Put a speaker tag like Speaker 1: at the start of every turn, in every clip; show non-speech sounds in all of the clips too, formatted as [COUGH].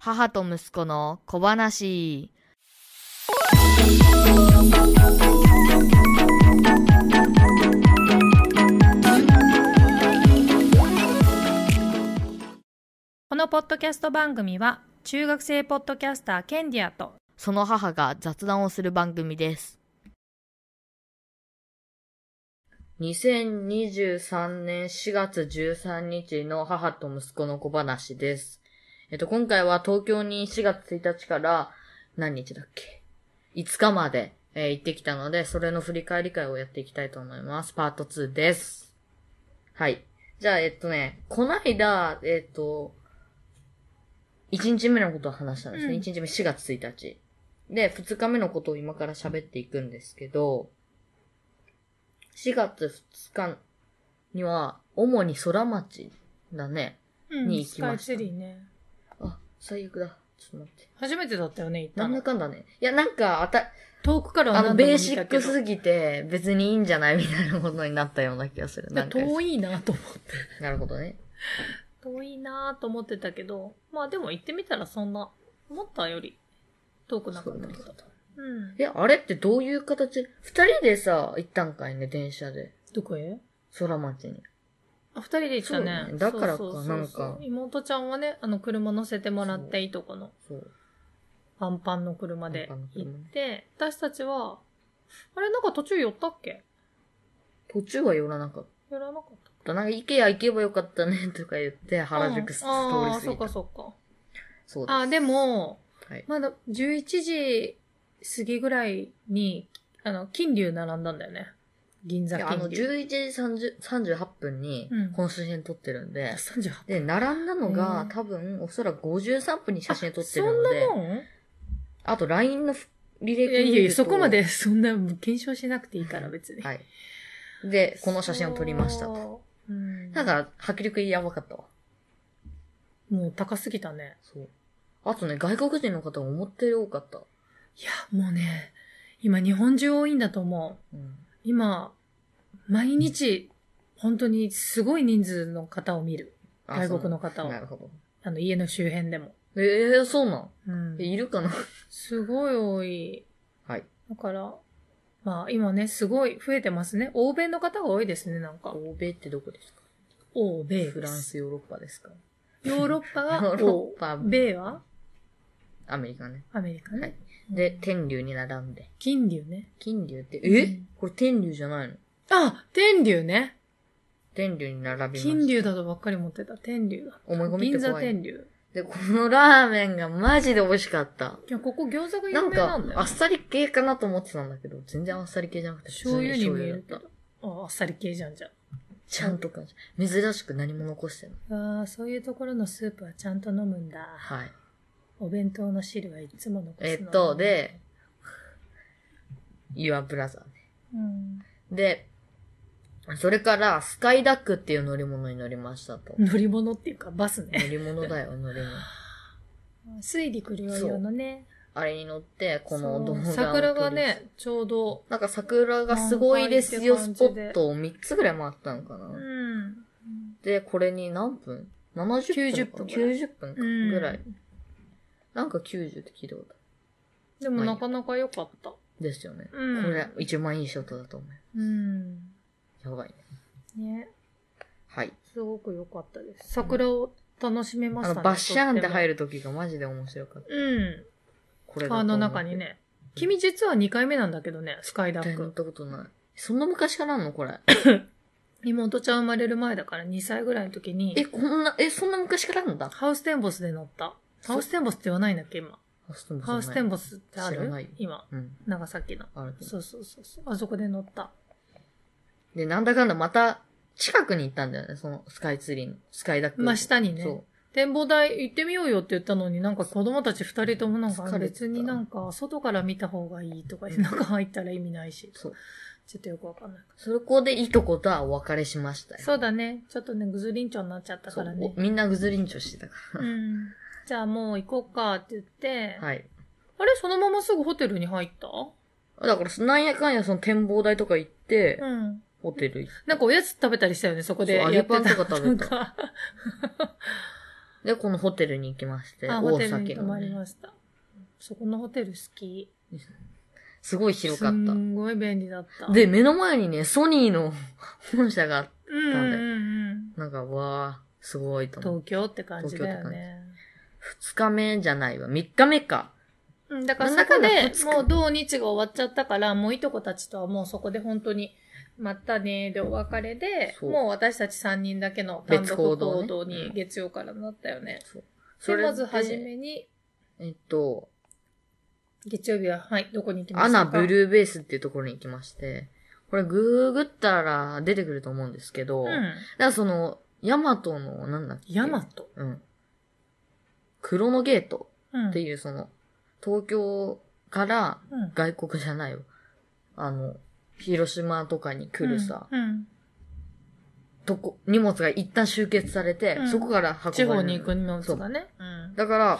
Speaker 1: 母と息子の小話。
Speaker 2: このポッドキャスト番組は中学生ポッドキャスターケンディアと
Speaker 1: その母が雑談をする番組です。2023年4月13日の母と息子の小話です。えっと、今回は東京に4月1日から何日だっけ ?5 日まで、えー行ってきたので、それの振り返り会をやっていきたいと思います。パート2です。はい。じゃあ、えっとね、こないだ、えっと、1日目のことを話したんですね。
Speaker 2: うん
Speaker 1: 1日目4月1日。で、2日目のことを今から喋っていくんですけど、4月2日には、主に空町だね。
Speaker 2: うん
Speaker 1: に行きました
Speaker 2: スカイツリーね
Speaker 1: あ、最悪だ。ちょっと待って。
Speaker 2: 初めてだったよね行っ
Speaker 1: な
Speaker 2: た
Speaker 1: んだ
Speaker 2: の
Speaker 1: かんだね。いや、なんか、あた、
Speaker 2: 遠くからは
Speaker 1: あの、
Speaker 2: 何度も
Speaker 1: ベー
Speaker 2: 見
Speaker 1: シッ
Speaker 2: たけ
Speaker 1: ク
Speaker 2: ど
Speaker 1: すぎて、別にいいんじゃないみたいなことになったような気がする。なんか
Speaker 2: で遠いなと思って
Speaker 1: なるほどね。
Speaker 2: 遠いなと思ってたけどまあでも行ってみたらそんな思ったより遠くなかったけどうん
Speaker 1: え、あれってどういう形二人でさ、行ったんかいね、電車で。
Speaker 2: どこへ
Speaker 1: 空町に。
Speaker 2: あ、二人で行ったね
Speaker 1: そう。ねだからか
Speaker 2: そうそうそう
Speaker 1: なんか
Speaker 2: 妹ちゃんはね、あの、車乗せてもらって、いとこの、
Speaker 1: そう。
Speaker 2: パンパンの車で
Speaker 1: パンパンの
Speaker 2: 行
Speaker 1: 車ね
Speaker 2: って、私たちは、あれ、なんか途中寄ったっけ
Speaker 1: 途中は寄らなかっ
Speaker 2: 寄らなかった。
Speaker 1: た。なんか、イケア行けばよかったね、とか言って、原宿通り
Speaker 2: ああー、
Speaker 1: 過
Speaker 2: そ
Speaker 1: ぎ
Speaker 2: っか
Speaker 1: た。
Speaker 2: そっか。
Speaker 1: そうです。
Speaker 2: あ、でも、
Speaker 1: はい。
Speaker 2: まだ11時過ぎぐらいに、あの、金龍並んだんだよね。銀座
Speaker 1: いやあ
Speaker 2: 金
Speaker 1: の、
Speaker 2: 龍。
Speaker 1: 11時30 38分に
Speaker 2: うん、
Speaker 1: この写真撮ってるんで、
Speaker 2: 38分。
Speaker 1: で、並んだのが、
Speaker 2: へー
Speaker 1: 多分、おそらく53分に写真撮って
Speaker 2: あ
Speaker 1: るので
Speaker 2: そ、んなもん
Speaker 1: あと LINE の履歴
Speaker 2: い
Speaker 1: 見ると
Speaker 2: やいやいや、そこま。でそんな検証しなくていいから別に。
Speaker 1: はい。で、この写真を撮りましたと。
Speaker 2: そう。うん
Speaker 1: だから、迫力やばかったわ。
Speaker 2: もう高すぎたね。
Speaker 1: そう。あとね、外国人の方が思ったより多かった。
Speaker 2: いや、もうね、今日本中多いんだと思う。
Speaker 1: うん。
Speaker 2: 今、毎日、本当にすごい人数の方を見る。
Speaker 1: あ
Speaker 2: 外国の方
Speaker 1: そう
Speaker 2: を
Speaker 1: な。るほど。
Speaker 2: あの、家の周辺でも。
Speaker 1: ええー、そうなん
Speaker 2: うん
Speaker 1: え。いるかな
Speaker 2: すごい多い。
Speaker 1: はい。
Speaker 2: だから、まあ今ね、すごい増えてますね。欧米の方が多いですね、なんか。
Speaker 1: 欧米ってどこですか
Speaker 2: 欧米です
Speaker 1: フラン。ス、ヨーロッパですか
Speaker 2: ヨーロッ
Speaker 1: [LAUGHS]
Speaker 2: パ
Speaker 1: ヨ
Speaker 2: が
Speaker 1: ーロ
Speaker 2: 欧
Speaker 1: ッパ
Speaker 2: 米は
Speaker 1: アメリカね。
Speaker 2: アメリカ
Speaker 1: はい
Speaker 2: ね。
Speaker 1: で、、天竜に並んで。
Speaker 2: 金龍ね。
Speaker 1: 金龍って、
Speaker 2: ん
Speaker 1: え、これ天竜じゃないの
Speaker 2: あ、天龍ね。
Speaker 1: 天竜に並びました。
Speaker 2: 金龍だとばっかり持ってた。天龍だ。
Speaker 1: 思い込みって
Speaker 2: 銀座
Speaker 1: 怖い。
Speaker 2: 天龍。
Speaker 1: で、このラーメンがマジで美味しかった。
Speaker 2: いや、ここ餃子が
Speaker 1: な
Speaker 2: 有
Speaker 1: ん
Speaker 2: 名な
Speaker 1: か
Speaker 2: んだ、よ。
Speaker 1: あっさり系かなと思ってたんだけど、全然あっさり系じゃなくて、
Speaker 2: 醤油に見えるけ
Speaker 1: 醤油だ
Speaker 2: ど
Speaker 1: った。。
Speaker 2: ああっさり系じゃんじゃ
Speaker 1: ちゃんと感じ。珍しく何も残してない。
Speaker 2: ん。ああ、そういうところのスープはちゃんと飲むんだ。
Speaker 1: はい。
Speaker 2: お弁当の汁はいつも残すの。
Speaker 1: えっと、、で、Your Brother ね。
Speaker 2: うん、
Speaker 1: で、それから、スカイダックっていう乗り物に乗りましたと。
Speaker 2: 乗り物っていうかバスね。
Speaker 1: 乗り物だよ、乗り
Speaker 2: [LAUGHS]
Speaker 1: 物。
Speaker 2: 水陸両用のね。
Speaker 1: あれに乗って、この動画を
Speaker 2: そう
Speaker 1: 撮り
Speaker 2: 桜がね、ちょうど、
Speaker 1: なんか桜がすごいですよ、
Speaker 2: 満
Speaker 1: ス
Speaker 2: 開って
Speaker 1: ポ
Speaker 2: 感じで
Speaker 1: ットを3つぐらい回ったのかな。
Speaker 2: うん。
Speaker 1: で、これに何分 ?70 分か。
Speaker 2: 90
Speaker 1: 90分
Speaker 2: 分ぐらい
Speaker 1: か
Speaker 2: うん
Speaker 1: ぐらい。なんか90って聞いたことあ
Speaker 2: でもなかなか良かった。
Speaker 1: るですよね。
Speaker 2: うん
Speaker 1: これ、一番いいショットだと思う。
Speaker 2: うん。
Speaker 1: やばいね。
Speaker 2: ね、
Speaker 1: はい。
Speaker 2: すごく良かったです。桜を楽しめまし
Speaker 1: あ
Speaker 2: た
Speaker 1: の、バッシャーンって入
Speaker 2: る。
Speaker 1: る時がマジで面白かった。
Speaker 2: うん。
Speaker 1: これだと
Speaker 2: 川
Speaker 1: 思う
Speaker 2: の中に。ね。君実は2回目なんだけどね、スカイダ
Speaker 1: 絶
Speaker 2: ッ
Speaker 1: 対乗っ
Speaker 2: ク。
Speaker 1: たことない。そんな昔からあんのこれ。
Speaker 2: 妹ちゃん生まれる前だから2歳ぐらいの時
Speaker 1: え、
Speaker 2: に、
Speaker 1: こんな、え、そんな昔からあるんだ。
Speaker 2: ハウステンボスで乗った。
Speaker 1: そう
Speaker 2: ハウステンボスって言わないんだっけ、今。
Speaker 1: ハウステンボス。
Speaker 2: ハウステン
Speaker 1: ボ
Speaker 2: ボスってあ
Speaker 1: 知ら
Speaker 2: る
Speaker 1: ない
Speaker 2: 今、
Speaker 1: うん。
Speaker 2: 長崎の。
Speaker 1: あるけど
Speaker 2: そうそうそうそう。あそこで乗った。
Speaker 1: で、なんだかんだまた、近くに行ったんだよね。その、スカイツリーの、スカイダック。
Speaker 2: 真下にね
Speaker 1: そう。
Speaker 2: 展望台行ってみようよって言ったのに、なんか子供たち二人ともなん
Speaker 1: 疲れてた
Speaker 2: か別になんか外から見た方がいいとか、中入ったら意味ないし、
Speaker 1: そう。
Speaker 2: ちょっとよくわかんない。
Speaker 1: そこでいいとことはお別れしましたよ。
Speaker 2: そうだね。ちょっとね、ぐずりんちょになっちゃったからね
Speaker 1: そう。みんなぐずりんちょしてたから。
Speaker 2: うん。 [LAUGHS] じゃあもう行こうかって言って、
Speaker 1: はい。
Speaker 2: あれそのまますぐホテルに入った
Speaker 1: だから、なんやかんやその展望台とか行って、
Speaker 2: うん。
Speaker 1: ホテル行って。
Speaker 2: なんかおやつ食べたりしたよね、そこで
Speaker 1: そう
Speaker 2: やってた。
Speaker 1: 揚げパンとか食べた
Speaker 2: なんか
Speaker 1: で、このホテルに行きまして、
Speaker 2: あ、
Speaker 1: 大
Speaker 2: ホテル
Speaker 1: 崎
Speaker 2: に泊
Speaker 1: の、
Speaker 2: まり
Speaker 1: ね。
Speaker 2: ました。そこのホテル好き。
Speaker 1: すごい広かっ
Speaker 2: す
Speaker 1: た。
Speaker 2: んごい便利だった。
Speaker 1: で、目の前にね、ソニーの [LAUGHS] 本社があって、
Speaker 2: うんうんうん。
Speaker 1: なんか、わー、すごいと思う。
Speaker 2: 東京って感じだよ
Speaker 1: 東京
Speaker 2: ね。
Speaker 1: 二日目じゃないわ。三日目か。
Speaker 2: うん、だから
Speaker 1: なんだ
Speaker 2: そ
Speaker 1: か
Speaker 2: こ
Speaker 1: んだ
Speaker 2: で
Speaker 1: 二日
Speaker 2: もう同日が終わっちゃったから、もういとこたちとはもうそこで本当に、またねーでお別れで、
Speaker 1: そう
Speaker 2: もう私たち3人だけの単
Speaker 1: 別
Speaker 2: 独
Speaker 1: 行
Speaker 2: 行
Speaker 1: 動ね
Speaker 2: 動に月曜からなったよね。
Speaker 1: そ
Speaker 2: で、
Speaker 1: れ
Speaker 2: まずはじめに、
Speaker 1: えっと、
Speaker 2: 月曜日は、はい、どこに行きま
Speaker 1: ア
Speaker 2: したか
Speaker 1: ナブルーベースっていうところに行きまして、これグーグったら出てくると思うんですけど、
Speaker 2: う
Speaker 1: だか
Speaker 2: ん。
Speaker 1: らその、ヤマトの、なんだっけ
Speaker 2: ヤマト。
Speaker 1: うん。クロノゲート
Speaker 2: うん。
Speaker 1: っていうその、東京から
Speaker 2: うん
Speaker 1: 外国じゃないよ。あの、広島とかに来るさ、
Speaker 2: うん。
Speaker 1: とこ、荷物が一旦集結されて、
Speaker 2: うん
Speaker 1: そこから運ばれる。
Speaker 2: 地方に行く荷物
Speaker 1: そう
Speaker 2: がね。うん。
Speaker 1: だから、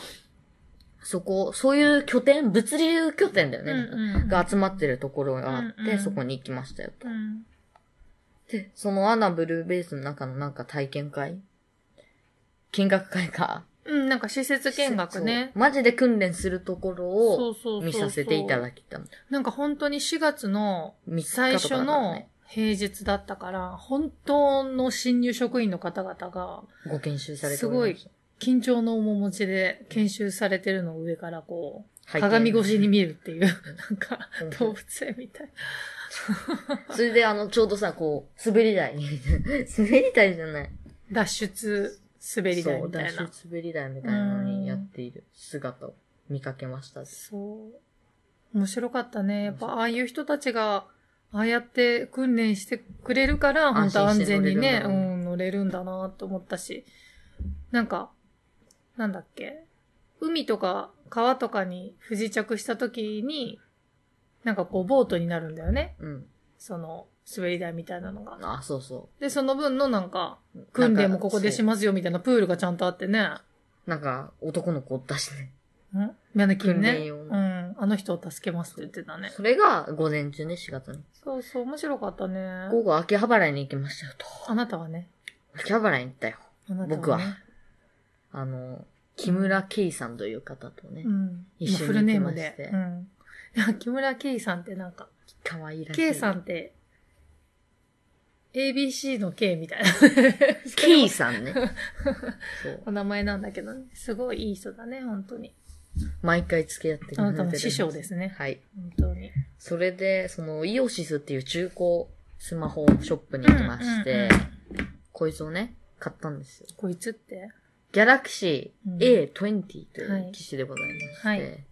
Speaker 1: そこ、そういう拠点、物流拠点だよね。
Speaker 2: うんうん
Speaker 1: が集まってるところがあって、
Speaker 2: うんうん
Speaker 1: そこに行きましたよ。
Speaker 2: うん。
Speaker 1: で、そのアナブルーベースの中のなんか体験会見学会か。
Speaker 2: うん、なんか施設見学ね
Speaker 1: そ。うマジで訓練するところ
Speaker 2: そう
Speaker 1: を
Speaker 2: そうそう。
Speaker 1: 見させていただきたの。
Speaker 2: なんか本当に4月の
Speaker 1: 3
Speaker 2: 最
Speaker 1: 日とかだ
Speaker 2: 初
Speaker 1: から
Speaker 2: の
Speaker 1: ね
Speaker 2: 平日だったから、本当の新入職員の方々が、
Speaker 1: ご研修されて
Speaker 2: すごい緊張の面持ちで研修されてるのを上からこう、鏡越
Speaker 1: し。
Speaker 2: しに見るっていう、なんか
Speaker 1: うん、
Speaker 2: 動物園みたい。
Speaker 1: それであの、ちょうどさ、こう、滑り台に。 [LAUGHS] 滑り台じゃない。
Speaker 2: 脱出滑り台みたい
Speaker 1: そう
Speaker 2: な。
Speaker 1: 脱出滑り台みたいなのにやっている姿を見かけました。
Speaker 2: そう。面白かったね。やっぱ、ああいう人たちが、ああやって訓練してくれるから、本
Speaker 1: 安
Speaker 2: 当
Speaker 1: 心して
Speaker 2: 安全にね、
Speaker 1: 乗れるんだろうね
Speaker 2: うん、乗れるんだなと思ったし。なんか、なんだっけ。海とか川とかに不時着した時に、なんかこう、ボートになるんだよね。
Speaker 1: うん。
Speaker 2: その、滑り台みたいなのが。
Speaker 1: あ、そうそ
Speaker 2: で、その分のなんか、
Speaker 1: う。
Speaker 2: 訓練もここでし
Speaker 1: ま
Speaker 2: ますよみたいなプールがちゃんとあってね。
Speaker 1: なんか、男の子を出してね。
Speaker 2: んマネキン
Speaker 1: 訓練
Speaker 2: ね。
Speaker 1: 用
Speaker 2: うん。
Speaker 1: の
Speaker 2: あの人を助けますって言ってたね。
Speaker 1: それが午前中ね、4月の。
Speaker 2: そうそう、面白かったね。
Speaker 1: 午後、秋葉原に行きましたよと。
Speaker 2: あなたはね。
Speaker 1: 秋葉原に行ったよ。
Speaker 2: あなたはね、
Speaker 1: 僕はあの、木村圭さんという方とね
Speaker 2: う、ん。
Speaker 1: 一緒に行きまして
Speaker 2: 今フルネームで。うん。いや木村圭さんってなんか、
Speaker 1: 可愛いらしい。
Speaker 2: 圭さんって、ABC の K みたいな。
Speaker 1: 圭さんね。そう。
Speaker 2: [LAUGHS] お名前なんだけどね。すごいいい人だね、本当に。
Speaker 1: 毎回付き合ってくれて
Speaker 2: あ
Speaker 1: る
Speaker 2: なたの師匠ですね。
Speaker 1: はい。
Speaker 2: 本当に。
Speaker 1: それで、その、イオシスっていう中古スマホショップに行きまして、
Speaker 2: うんうんうん
Speaker 1: こいつをね、買ったんですよ。
Speaker 2: こいつって
Speaker 1: ギャラクシ
Speaker 2: うん
Speaker 1: ー A20 という
Speaker 2: はい
Speaker 1: 機種でございまして、
Speaker 2: はい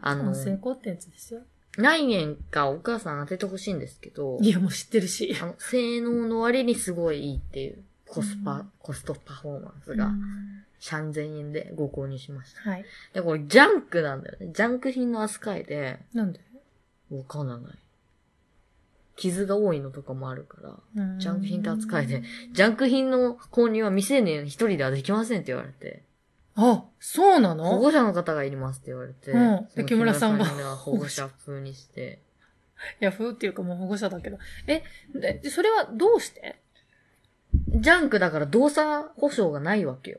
Speaker 1: あの
Speaker 2: 音、声コンテンツですよ。
Speaker 1: 何円かお母さん当ててほしいんですけど、
Speaker 2: いや、もう知ってるし。
Speaker 1: あの、性能の割にすごいいいっていう、コスパ、
Speaker 2: うん
Speaker 1: コストパフォーマンス
Speaker 2: う
Speaker 1: が、
Speaker 2: ん
Speaker 1: 3000円でご購入しました。
Speaker 2: はい。
Speaker 1: で、これ、ジャンクなんだよね。ジャンク品の扱いで、
Speaker 2: なんで
Speaker 1: わからない。傷が多いのとかもあるから、ジャンク品って扱いで。ジャンク品の購入は未成年一人ではできませんって言われて、
Speaker 2: あ、そうな
Speaker 1: 保
Speaker 2: の
Speaker 1: 護者の方がいりますって言われて、
Speaker 2: うんで
Speaker 1: その
Speaker 2: 木村さんが
Speaker 1: 木は保護者風にして、
Speaker 2: ヤフーっていうかもう保護者だけど。え、でそれはどうして
Speaker 1: ジャンクだから動作保証がないわけよ。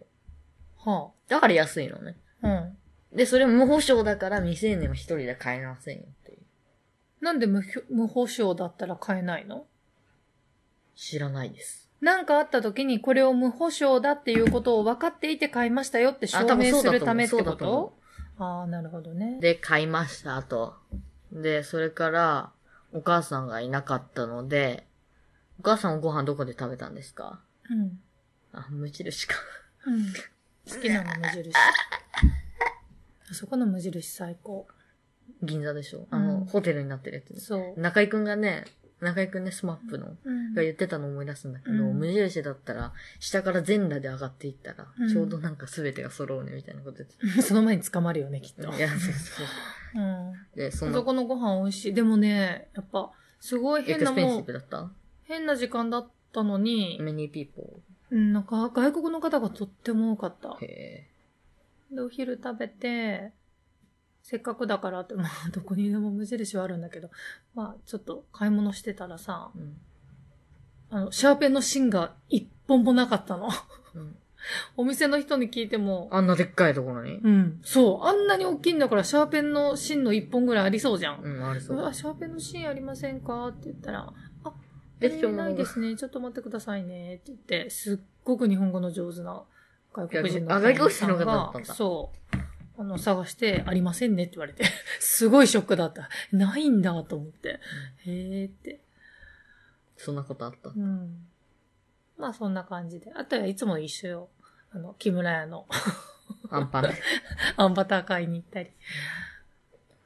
Speaker 2: は
Speaker 1: だから安いのね。
Speaker 2: あ。うん。
Speaker 1: で、それ無保証だから未成年は一人で買えませんよっていう。
Speaker 2: なんで無ひょ無保証だったら買えないの
Speaker 1: 知らないです。
Speaker 2: なんかあった時にこれを無保証だっていうことを分かっていて買いましたよって証明するためって
Speaker 1: そうだ
Speaker 2: こと
Speaker 1: 思
Speaker 2: とああー、なるほどね
Speaker 1: う。で、買いました、あと。で、それから、お母さんがいなかったので、お母さんはご飯どこで食べたんですか
Speaker 2: うん。
Speaker 1: あ、無印か。
Speaker 2: うん。好きなの無印。あそこの無印最高。
Speaker 1: 銀座でしょあの、
Speaker 2: うん
Speaker 1: ホテルになってるやつね。
Speaker 2: そう。
Speaker 1: 中居くんがね、中居くんね、スマップの、
Speaker 2: うん
Speaker 1: が言ってたの思い出すんだけど、
Speaker 2: うん
Speaker 1: 無印だったら、下から全裸で上がっていったら、
Speaker 2: うん
Speaker 1: ちょうどなんか全てが揃うね、みたいなこと言って
Speaker 2: その前に捕まるよね、きっと。
Speaker 1: た。いや、そうそう
Speaker 2: うん。
Speaker 1: そう。で、そ
Speaker 2: そ
Speaker 1: の、
Speaker 2: このご飯美味しい。でもね、やっぱ、すごい
Speaker 1: エ
Speaker 2: 変
Speaker 1: ク
Speaker 2: な
Speaker 1: スペン
Speaker 2: も
Speaker 1: シ
Speaker 2: ん
Speaker 1: ブ、だった
Speaker 2: 変な時間だったのに、
Speaker 1: メニーピーポ
Speaker 2: うんなんか外国の方がとっても多かった
Speaker 1: ー。。へ
Speaker 2: で、お昼食べて、せっかくだからって、まあ、 [LAUGHS] どこにでも無印はあるんだけど、まあ、ちょっと買い物してたらさ
Speaker 1: ー、うん。
Speaker 2: あの、シャーペンの芯が一本もなかったの。 [LAUGHS]
Speaker 1: うん
Speaker 2: お店の人に聞いても、
Speaker 1: あんなでっかいところに。
Speaker 2: うん。そう。あんなに大きいんだから、シャーペンの芯の一本ぐらいありそうじゃん。
Speaker 1: うん、あり
Speaker 2: う
Speaker 1: そう。
Speaker 2: わ、シャーペンの芯ありませんかって言ったら、あ、
Speaker 1: で
Speaker 2: で
Speaker 1: きて
Speaker 2: きて
Speaker 1: も
Speaker 2: ないですね。ちょっと待ってくださいね。って言って、すっごく日本語の上手な外国人の
Speaker 1: あ外国人の方だったんだ
Speaker 2: そう。あの、探して、ありませんねって言われて、 [LAUGHS] すごいショックだった。ないんだと思って。へーって。
Speaker 1: そんなことあった。
Speaker 2: うん。まあそんな感じで。あとはいつも一緒よ。あの、木村屋の [LAUGHS]
Speaker 1: アンパン [LAUGHS] ね。
Speaker 2: あんバター買いに行ったり。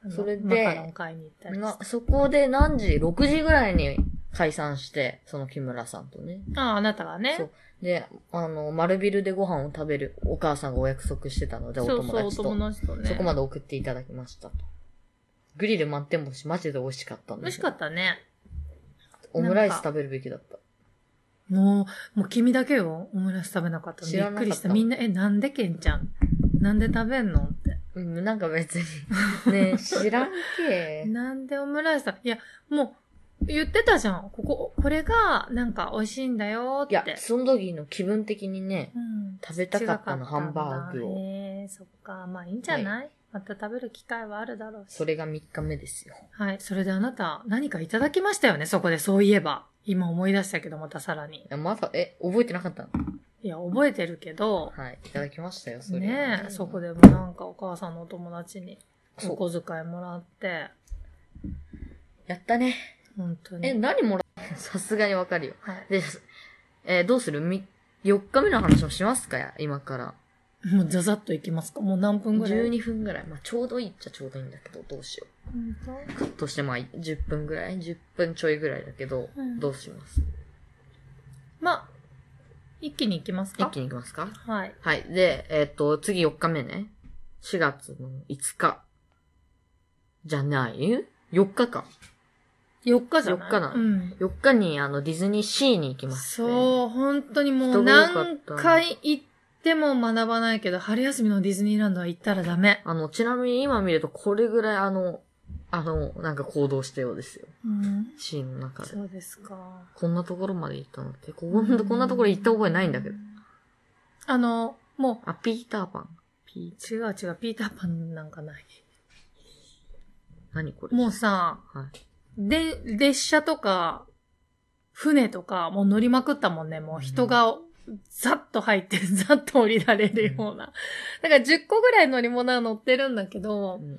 Speaker 2: あの
Speaker 1: それで
Speaker 2: マカロン買いに行ったりして。
Speaker 1: な、そこで何時 ?6 時ぐらいに解散して、その木村さんとね。
Speaker 2: ああ、あなたがね。
Speaker 1: そうで、あの、丸ビルでご飯を食べるお母さんがお約束してたので、お
Speaker 2: そう
Speaker 1: 友
Speaker 2: そう、お
Speaker 1: 達と。
Speaker 2: 友達とね。
Speaker 1: そこまで送っていただきましたと。グリル満点星、マジで美味しかったん
Speaker 2: 美
Speaker 1: で
Speaker 2: 味し
Speaker 1: す
Speaker 2: か
Speaker 1: よ。
Speaker 2: ったね。
Speaker 1: オムライス食べるべきだった。
Speaker 2: もう、もう君だけよ、オムライス食べなかったの。
Speaker 1: 知
Speaker 2: び
Speaker 1: らなかっ
Speaker 2: っ
Speaker 1: た
Speaker 2: くりした。みんな、え、なんでケンちゃんなんで食べんのっ
Speaker 1: うん、なんか別に。 [LAUGHS] ねえ、知らん
Speaker 2: て。
Speaker 1: け。
Speaker 2: [LAUGHS] なんでオムライスだいや、もう、言ってたじゃん。ここ、これが、なんか美味しいんだよ
Speaker 1: いや
Speaker 2: っ、て。
Speaker 1: その時の気分的にね、
Speaker 2: うん。
Speaker 1: 食べたかったの、
Speaker 2: 違
Speaker 1: ハンバーグを。
Speaker 2: へえ、そっか。まあいいんじゃない、また食べる機会はあるだろうし。
Speaker 1: それが3日目ですよ。
Speaker 2: はい。それであなた、何かいただきましたよね、そこで。そういえば。今思い出したけど、またさらに
Speaker 1: い。やまだ、え、覚えてなかったの
Speaker 2: いや、覚えてるけど、
Speaker 1: はい、いただきましたよ、それ。
Speaker 2: ねえ、そこ
Speaker 1: で。
Speaker 2: でもなんかお母さんのお友達に
Speaker 1: そう
Speaker 2: お小遣いもらって、
Speaker 1: やったね。
Speaker 2: 本当に。
Speaker 1: え、何もらえ [LAUGHS] さすがにわかるよ。
Speaker 2: はい
Speaker 1: で、えーどうするみ ?4 日目の話もしますかや、今から。
Speaker 2: もうザザッといきますかもう何分ぐらい
Speaker 1: 12分ぐらい。まあ、ちょうどいいっちゃちょうどいいんだけど、どうしよ
Speaker 2: 本当
Speaker 1: う。カットして、まあ、10分ぐらい ?10 分ちょいぐらいだけど、
Speaker 2: うん
Speaker 1: どうします
Speaker 2: まあ、一気にいきますか
Speaker 1: 一気に行きますか
Speaker 2: はい。
Speaker 1: はい。で、えっ、と、次4日目ね。4月の5日。じゃない ?4 日か。
Speaker 2: 4日じゃない
Speaker 1: 4日なの
Speaker 2: うん。
Speaker 1: 4日に、あの、ディズニーシーに行きます、
Speaker 2: そう、本当にもう
Speaker 1: 人が多か
Speaker 2: 何
Speaker 1: った
Speaker 2: 回行っても学ばないけど、春休みのディズニーランドは行ったらダメ。
Speaker 1: あの、ちなみに今見るとこれぐらいあの、あの、なんか行動したようですよ。
Speaker 2: うん。
Speaker 1: シーンの中で。
Speaker 2: そうですか。
Speaker 1: こんなところまで行ったのって、こんな、こんなところ行った覚えないんだけど。。
Speaker 2: あの、もう、
Speaker 1: あ、ピーターパン。ピ
Speaker 2: 違う違う、ピーターパンなんかない。
Speaker 1: ー、何これ。
Speaker 2: もうさ、
Speaker 1: はい。
Speaker 2: で、列車とか、船とか、もう乗りまくったもんね。もう人が、ざっと入って、 [LAUGHS] ざっと降りられるような。だから10個ぐらい乗り物は乗ってるんだけど
Speaker 1: う、ん、い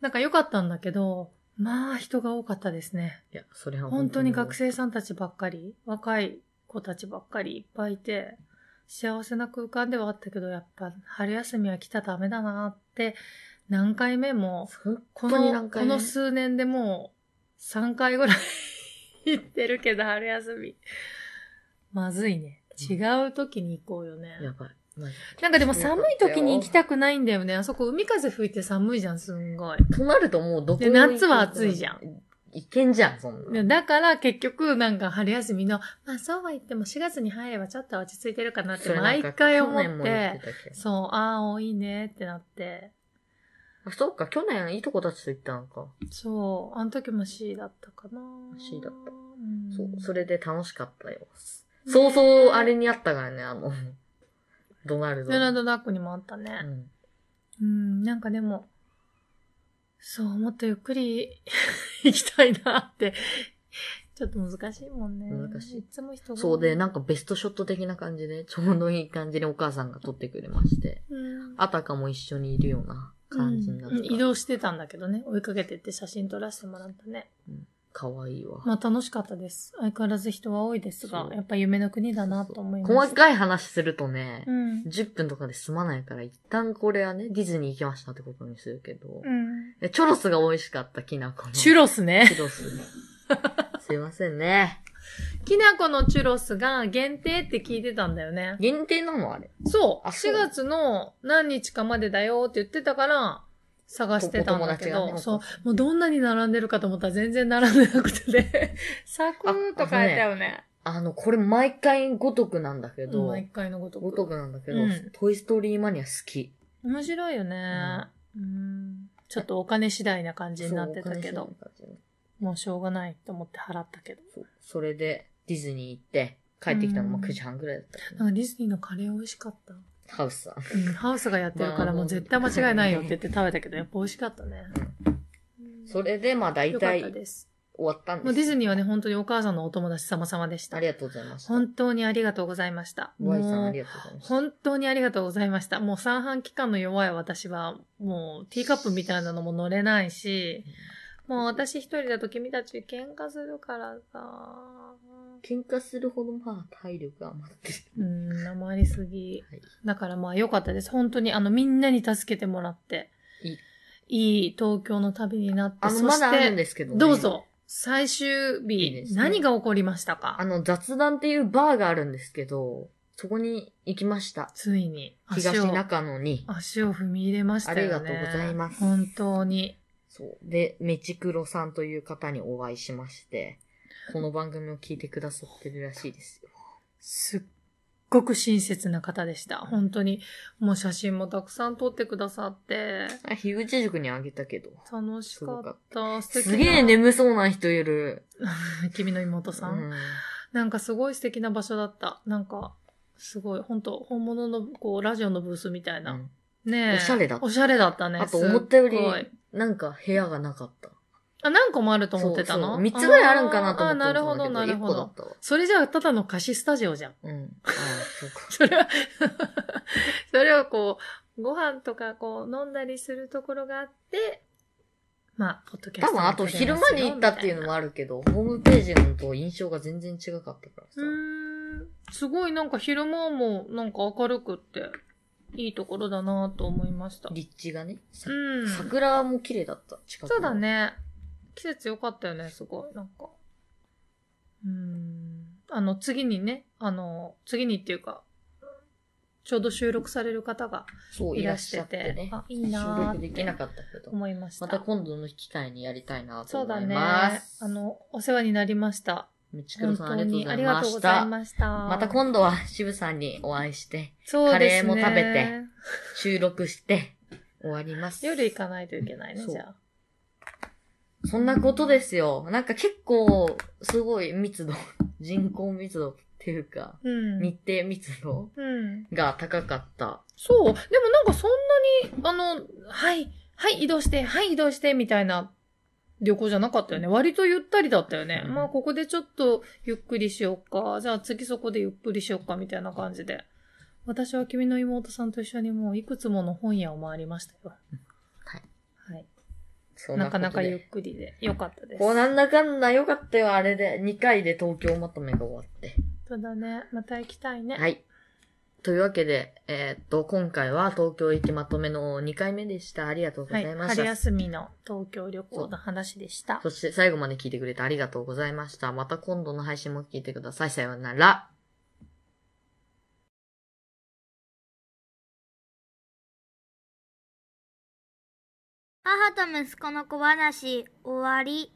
Speaker 2: なんか良かったんだけど、まあ人が多かったですね。
Speaker 1: や、それは
Speaker 2: 本当に学
Speaker 1: 生。
Speaker 2: 生さんたちばっかり、若い子たちばっかりいっぱいいて、幸せな空間ではあったけど、やっぱ春休みは来たらダメだなって、何回目も、こ
Speaker 1: 本当にな
Speaker 2: の、
Speaker 1: ん
Speaker 2: こ
Speaker 1: かね
Speaker 2: の数年でもう3回ぐらい行ってるけど、春休み。まずいね。違う時に行こうよね。
Speaker 1: やばい。マジ
Speaker 2: なんかでも寒い時に行きたくないんだよね。あそこ海風吹いて寒いじゃん、すんごい。
Speaker 1: となるともうどこ
Speaker 2: で夏は暑いじゃ
Speaker 1: ん。いけんじゃん、そんな。
Speaker 2: でだから結局なんか春休みの、まあそうは言っても4月に入ればちょっと落ち着いてるかなっ
Speaker 1: そ
Speaker 2: て
Speaker 1: れな
Speaker 2: 毎
Speaker 1: んか
Speaker 2: 回
Speaker 1: 去年
Speaker 2: 思っ
Speaker 1: も言って
Speaker 2: て、
Speaker 1: たけど
Speaker 2: そう、ああ、多いねってなって、
Speaker 1: あ、そうか、去年いいとこたちと行ったのか。
Speaker 2: そう、あの時も C だったかな。
Speaker 1: C だった
Speaker 2: うん
Speaker 1: そう、それで楽しかったよ。そうそう、あれにあったからね、あの、ドナルド。
Speaker 2: ドナルドダックにもあったね。
Speaker 1: うん。
Speaker 2: うん、なんかでも、そう、もっとゆっくり [LAUGHS] 行きたいなって、ちょっと難しいもんね。
Speaker 1: 難しい
Speaker 2: いつも人が。
Speaker 1: そうで、、なんかベストショット的な感じで、ちょうどいい感じにお母さんが撮ってくれまして、
Speaker 2: うん、
Speaker 1: あたかも一緒にいるような感じになった。
Speaker 2: うん移動してたんだけどね、追いかけてって写真撮らせてもらったね。
Speaker 1: かわいいわ。
Speaker 2: まあ楽しかったです。相変わらず人は多いですが
Speaker 1: そ、う
Speaker 2: やっぱ夢の国だなと思います。
Speaker 1: 細かい話するとね、
Speaker 2: うん。
Speaker 1: 10分とかで済まないから、一旦これはね、ディズニー行きましたってことにするけど、
Speaker 2: うん。
Speaker 1: でチョロスが美味しかった、きなこの。
Speaker 2: チュロスね。 [LAUGHS]
Speaker 1: チュロス。すいませんね。
Speaker 2: きなこのチュロスが限定って聞いてたんだよね。
Speaker 1: 限定なのあれ。
Speaker 2: そう。
Speaker 1: あそう
Speaker 2: 4月の何日かまでだよって言ってたから、探してたんだ
Speaker 1: お友達
Speaker 2: け
Speaker 1: が
Speaker 2: ど、
Speaker 1: ね
Speaker 2: そう。もうどんなに並んでるかと思ったら全然並んでなくてね。 [LAUGHS] サクーと変えたよね。
Speaker 1: あの、これ毎回ごとくなんだけ
Speaker 2: うん
Speaker 1: ど、
Speaker 2: 毎回のごと
Speaker 1: ご
Speaker 2: く
Speaker 1: と。くなんだけど、
Speaker 2: うん
Speaker 1: トイストーリーマニア好き。
Speaker 2: 面白いよね、うん。ちょっとお金次第な感じになってたけ
Speaker 1: そう
Speaker 2: ど、。
Speaker 1: お金しない感じ
Speaker 2: もうしょうがないと思って払ったけど。
Speaker 1: そうそれで、ディズニー行って、帰ってきたのも9時半ぐらいだったか
Speaker 2: な
Speaker 1: な。
Speaker 2: んかディズニーのカレー美味しかった。
Speaker 1: ハウスさん。
Speaker 2: うん、ハウスがやってるからもう絶対間違いないよって言って食べたけど、やっぱ美味しかったね。うん
Speaker 1: それで、まあ大
Speaker 2: よかっ
Speaker 1: 体
Speaker 2: た
Speaker 1: 終
Speaker 2: です。
Speaker 1: わったん
Speaker 2: も
Speaker 1: で
Speaker 2: うディズ
Speaker 1: す。
Speaker 2: ニーはね、本当にお母さんのお友達様々でした
Speaker 1: あ。りがとうございました。
Speaker 2: 本当にありがとうございました。も
Speaker 1: Y さんあ
Speaker 2: う
Speaker 1: り、がとうございました。
Speaker 2: 本当にありがとうございました。もう三半期間の弱い私は、もうティーカップみたいなのも乗れないし、もう私一人だと君たち喧嘩するからさ。
Speaker 1: 喧嘩するほどまあ体力が余ってる。
Speaker 2: うん、なまりすぎ。
Speaker 1: はい。
Speaker 2: だからまあ良かったです。本当にあのみんなに助けてもらって。
Speaker 1: いい
Speaker 2: いい東京の旅になって、
Speaker 1: あの、
Speaker 2: そ
Speaker 1: ま
Speaker 2: し
Speaker 1: だあるん
Speaker 2: て、
Speaker 1: ですけど、ね。
Speaker 2: どう。ぞ、最終
Speaker 1: い
Speaker 2: 日、
Speaker 1: いですね
Speaker 2: 何が起こりましたか
Speaker 1: あの、雑談っていうバーがあるんですけど、そこに行きました。
Speaker 2: ついに、足
Speaker 1: 東
Speaker 2: を、
Speaker 1: 中野に。
Speaker 2: 足を踏み入れましたよね。
Speaker 1: ありがとうございます
Speaker 2: 本当に。
Speaker 1: そう。で、メチクロさんという方にお会いしまして、この番組を聞いてくださってるらしいですよ。
Speaker 2: すっごく親切な方でした。本当に、もう写真もたくさん撮ってくださって、
Speaker 1: あ、樋口塾にあげたけど。
Speaker 2: 楽しかった。素敵な
Speaker 1: すげえ眠そうな人いる。
Speaker 2: [LAUGHS] 君の妹さん。
Speaker 1: うん
Speaker 2: なんかすごい素敵な場所だった。なんか、すごい、本当本物の、こう、ラジオのブースみたいな。
Speaker 1: うん
Speaker 2: ねえ。
Speaker 1: おしゃれだった
Speaker 2: おしゃれだったね。
Speaker 1: あと思ったより
Speaker 2: すっごい
Speaker 1: なんか部屋がなかった。
Speaker 2: あ、何個もあると思ってた
Speaker 1: そう
Speaker 2: の
Speaker 1: そう三つぐらいあるんかなと思
Speaker 2: あ
Speaker 1: って
Speaker 2: ーなるほど、なるほ
Speaker 1: 1個だ
Speaker 2: ど
Speaker 1: っ。たわ。
Speaker 2: それじゃあ、ただの貸しスタジオじゃん。 [LAUGHS]
Speaker 1: うん。ああ、そうか。
Speaker 2: それは、それはこう、ご飯とかこう、飲んだりするところがあって、まあ、ポッドキャ
Speaker 1: 多
Speaker 2: ストも
Speaker 1: 分あと
Speaker 2: 撮れ
Speaker 1: 昼
Speaker 2: ま
Speaker 1: 間
Speaker 2: すよ
Speaker 1: に行ったっていうのもあるけど、ホームページのと印象が全然違かったからさ
Speaker 2: う。ーんすごいなんか昼間もなんか明るくって、いいところだなと思いました。
Speaker 1: 立地がね。さ
Speaker 2: うん。
Speaker 1: 桜も綺麗だった。近くの
Speaker 2: そうだ。ね。季節良かったよね、すごい。なんか。うーん。あの、次にね、あの、次にっていうか、ちょうど収録される方が
Speaker 1: そう、
Speaker 2: い
Speaker 1: いら
Speaker 2: ら
Speaker 1: っ
Speaker 2: し
Speaker 1: しゃ
Speaker 2: て、
Speaker 1: っててね。
Speaker 2: あ、いい
Speaker 1: 収
Speaker 2: なー
Speaker 1: 録
Speaker 2: っ
Speaker 1: できな
Speaker 2: て
Speaker 1: かったけど。
Speaker 2: 思いました。
Speaker 1: また今度の機会にやりたいなと
Speaker 2: そう
Speaker 1: 思
Speaker 2: だ
Speaker 1: い
Speaker 2: ね。
Speaker 1: ます。
Speaker 2: あ、の、お世話になりました。
Speaker 1: むちくろ
Speaker 2: 本
Speaker 1: さんあ
Speaker 2: 当
Speaker 1: り
Speaker 2: にあり
Speaker 1: が
Speaker 2: が
Speaker 1: とう
Speaker 2: とう
Speaker 1: ご
Speaker 2: ご
Speaker 1: ざ
Speaker 2: ざ
Speaker 1: い
Speaker 2: い
Speaker 1: ました。
Speaker 2: ました。
Speaker 1: また今度は渋さんにお会いして、
Speaker 2: そうですね
Speaker 1: カレーも食べて。収録して終わります。
Speaker 2: 夜行かないといけないね、
Speaker 1: そう
Speaker 2: じゃあ。
Speaker 1: そんなことですよ。なんか結構、すごい密度、 [LAUGHS] 人口密度っていうか、
Speaker 2: うん
Speaker 1: 日。程密度
Speaker 2: うん。
Speaker 1: が高かった。
Speaker 2: そう。でもなんかそんなに、あの、はい、はい、移動して、はい、移動して、みたいな旅行じゃなかったよね。割とゆったりだったよね。
Speaker 1: うん
Speaker 2: まあ、ここでちょっとゆっくりしようか。じゃあ次そこでゆっくりしようか、みたいな感じで。私は君の妹さんと一緒にもういくつもの本屋を回りましたよ。
Speaker 1: はい。
Speaker 2: はい。
Speaker 1: そんこ
Speaker 2: な
Speaker 1: と
Speaker 2: か
Speaker 1: で
Speaker 2: なかゆっくりで、よかったです。
Speaker 1: こうなんだかんだよかったよ、あれで。2回で東京まとめが終わって。
Speaker 2: そうだね。また行きたいね。
Speaker 1: はい。というわけで、えーっと、今回は東京行きまとめの2回目でした。ありがとうござ
Speaker 2: はいい。
Speaker 1: ました。
Speaker 2: 春休みの東京旅行の話でした。
Speaker 1: そして最後まで聞いてくれてありがとうございました。また今度の配信も聞いてください。さようなら。
Speaker 3: 母と息子の小話終わり